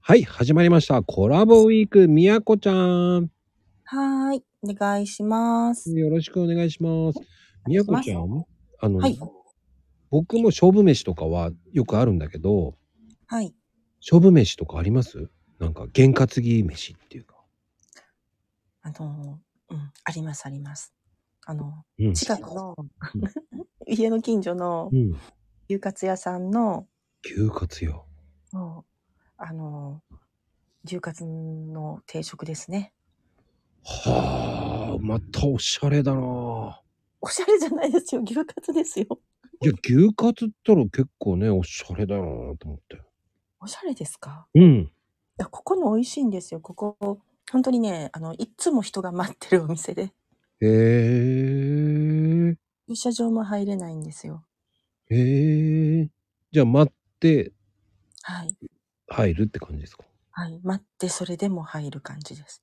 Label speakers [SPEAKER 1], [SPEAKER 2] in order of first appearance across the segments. [SPEAKER 1] はい、始まりました。コラボウィーク、みやこちゃん。
[SPEAKER 2] はーい。お願いします。
[SPEAKER 1] よろしくお願いします。みやこちゃ
[SPEAKER 2] お
[SPEAKER 1] ん、あの、
[SPEAKER 2] はい。
[SPEAKER 1] 僕も勝負飯とかはよくあるんだけど、
[SPEAKER 2] はい。
[SPEAKER 1] 勝負飯とかありますなんか、験担ぎ飯っていうか。
[SPEAKER 2] あのー、うん、ありますあります。あの、
[SPEAKER 1] うん。
[SPEAKER 2] 近くの、 家の近所の
[SPEAKER 1] うん。
[SPEAKER 2] 牛カツ屋さんの、
[SPEAKER 1] 牛カツよ。
[SPEAKER 2] もうあのー、牛カツの定食ですね。
[SPEAKER 1] はあ、またおしゃれだな
[SPEAKER 2] おしゃれじゃないですよ。牛カツですよ。
[SPEAKER 1] いや、牛カツったら結構ね、おしゃれだなと思って。
[SPEAKER 2] おしゃれですか
[SPEAKER 1] うん。
[SPEAKER 2] いや、ここの美味しいんですよ。ここ、本当にね、あの、いっつも人が待ってるお店で、
[SPEAKER 1] へえ。
[SPEAKER 2] 駐車場も入れないんですよ。
[SPEAKER 1] へえ。じゃあ、待って
[SPEAKER 2] はい。
[SPEAKER 1] 入るって感じですか
[SPEAKER 2] はい、待ってそれでも入る感じです。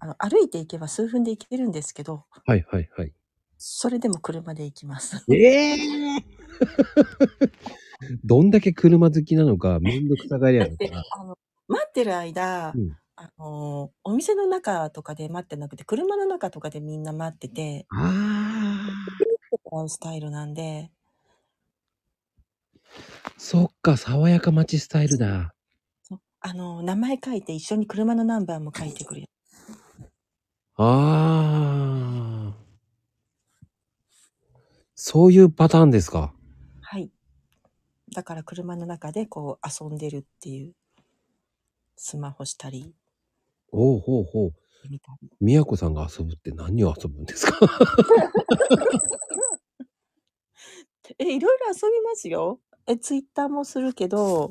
[SPEAKER 2] あの歩いて行けば数分で行けるんですけど、
[SPEAKER 1] はいはいはい。
[SPEAKER 2] それでも車で行きます。
[SPEAKER 1] ええどんだけ車好きなの か、めんどくさがり
[SPEAKER 2] だ
[SPEAKER 1] や
[SPEAKER 2] っ
[SPEAKER 1] の
[SPEAKER 2] て
[SPEAKER 1] か。
[SPEAKER 2] あの待ってる間、
[SPEAKER 1] うん
[SPEAKER 2] あのお店の中とかで待ってなくて車の中とかでみんな待ってて
[SPEAKER 1] あ
[SPEAKER 2] 会うスタイルなんで
[SPEAKER 1] あ、そっか、爽やか街スタイルだ。
[SPEAKER 2] あの名前書いて一緒に車のナンバーも書いてくるや
[SPEAKER 1] ああ。そういうパターンですか。
[SPEAKER 2] つはいだから車の中でこう遊んでるっていうスマホしたり
[SPEAKER 1] おうほうほう。
[SPEAKER 2] みたいな
[SPEAKER 1] みやこさんが遊ぶって何を遊ぶんですか
[SPEAKER 2] えいろいろ遊びますよえツイッターもするけど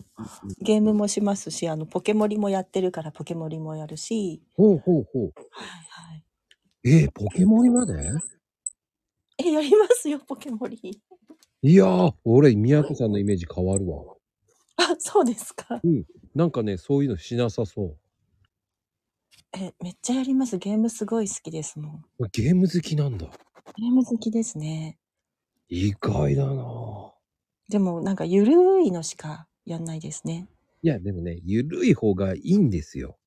[SPEAKER 2] ゲームもしますし、あの、ポケモリもやってるから、ポケモリもやるし。
[SPEAKER 1] ほうほうほう。
[SPEAKER 2] はいはい。
[SPEAKER 1] えー、ポケモンまで
[SPEAKER 2] え、やりますよ、ポケモリ。
[SPEAKER 1] いやー、俺、みやこさんのイメージ変わるわ。
[SPEAKER 2] あ、そうですか。
[SPEAKER 1] なんかね、そういうのしなさそ
[SPEAKER 2] え、めっちゃやります。ゲームすごい好きですもん。
[SPEAKER 1] う。ゲーム好きなんだ。
[SPEAKER 2] ゲーム好きですね。
[SPEAKER 1] 意外だなぁ
[SPEAKER 2] でも、なんか、ゆるいのしかやんないですね。
[SPEAKER 1] いや、でもね、ゆるい方がいいんですよ。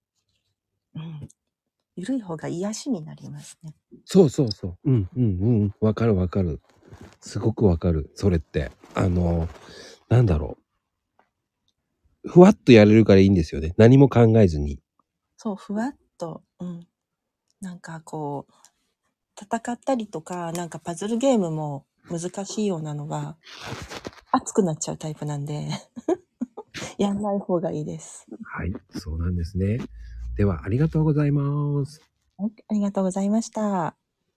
[SPEAKER 2] うん。ゆるい方が癒しになりますね。
[SPEAKER 1] そうそうそう。うんうんうん。わかるわかる。すごくわかる。それって。あの、なんだろう。ふわっとやれるからいいんですよね。何も考えずに。
[SPEAKER 2] そう、ふわっと。うん。なんか、こう、戦ったりとか、なんか、パズルゲームも難しいようなのは、熱くなっちゃうタイプなんで。 やんない方がいいです。
[SPEAKER 1] はい、そうなんですね。では、ありがとうございます。
[SPEAKER 2] はいありがとうございました。